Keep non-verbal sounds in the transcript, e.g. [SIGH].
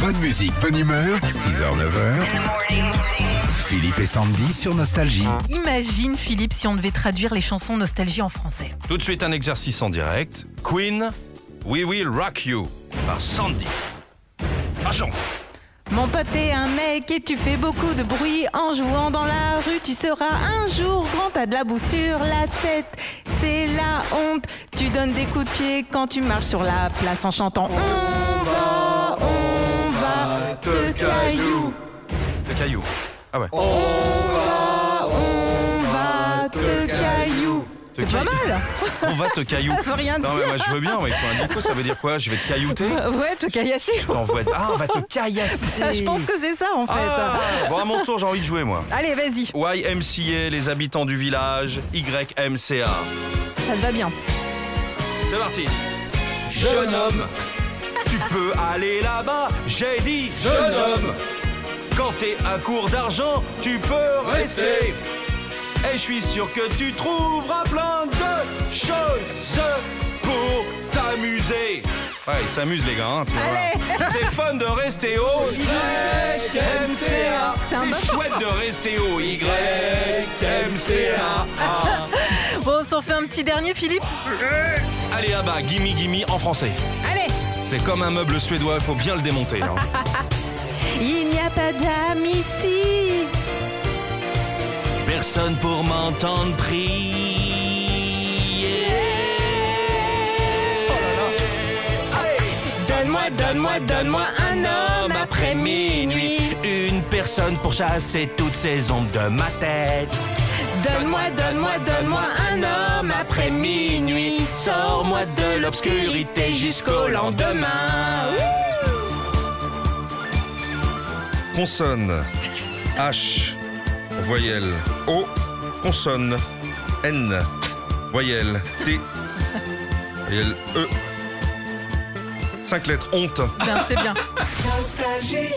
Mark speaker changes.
Speaker 1: Bonne musique, bonne humeur, 6h, 9h. Philippe et Sandy sur Nostalgie.
Speaker 2: Imagine, Philippe, si on devait traduire les chansons nostalgie en français.
Speaker 3: Tout de suite un exercice en direct. Queen, We Will Rock You par Sandy. Ah, Agent,
Speaker 2: Mon pote est un mec et tu fais beaucoup de bruit en jouant dans la rue. Tu seras un jour grand, t'as de la boue sur la tête. C'est la honte. Tu donnes des coups de pied quand tu marches sur la place en chantant On va, on va, te caillou.
Speaker 3: le caillou. Ah ouais.
Speaker 2: On va, te caillou. C'est pas mal.
Speaker 3: On va
Speaker 2: [LAUGHS]
Speaker 3: te caillou.
Speaker 2: veut rien
Speaker 3: non,
Speaker 2: dire.
Speaker 3: mais moi je veux bien, mais quoi. Du coup, ça veut dire quoi Je vais te caillouter
Speaker 2: Ouais, te caillasser.
Speaker 3: T'envoies- Ah, on va te caillasser.
Speaker 2: Ça, je pense que c'est ça en fait.
Speaker 3: Ah, bon, à mon tour, j'ai envie de jouer, moi.
Speaker 2: Allez, vas-y,
Speaker 3: YMCA, les habitants du village. YMCA.
Speaker 2: ça te va bien.
Speaker 3: C'est parti. Jeune homme, tu peux aller là-bas. J'ai dit, jeune homme, quand t'es à court d'argent, tu peux rester. Et je suis sûr que tu trouveras plein de choses pour t'amuser. Ouais, ils s'amusent les gars, hein, tu vois. C'est fun de rester au YMCA. C'est chouette de rester au YMCA.
Speaker 2: Bon, on s'en fait un petit dernier, Philippe
Speaker 3: Allez là-bas, gimme gimme en français.
Speaker 2: Allez
Speaker 3: C'est comme un meuble suédois, faut bien le démonter. là.
Speaker 2: Il n'y a pas d'âme ici
Speaker 3: [LAUGHS] Personne pour m'entendre prier. Donne-moi, donne-moi, donne-moi un homme après minuit. Une personne pour chasser toutes ces ombres de ma tête. Donne-moi, donne-moi, donne-moi un homme après minuit. Sors-moi de l'obscurité jusqu'au lendemain.
Speaker 4: Consonne. H. Voyelle. O. Consonne. N. Voyelle. T. Voyelle. E. Cinq lettres. Honte.
Speaker 2: Ben, c'est bien.
Speaker 5: Nostalgie.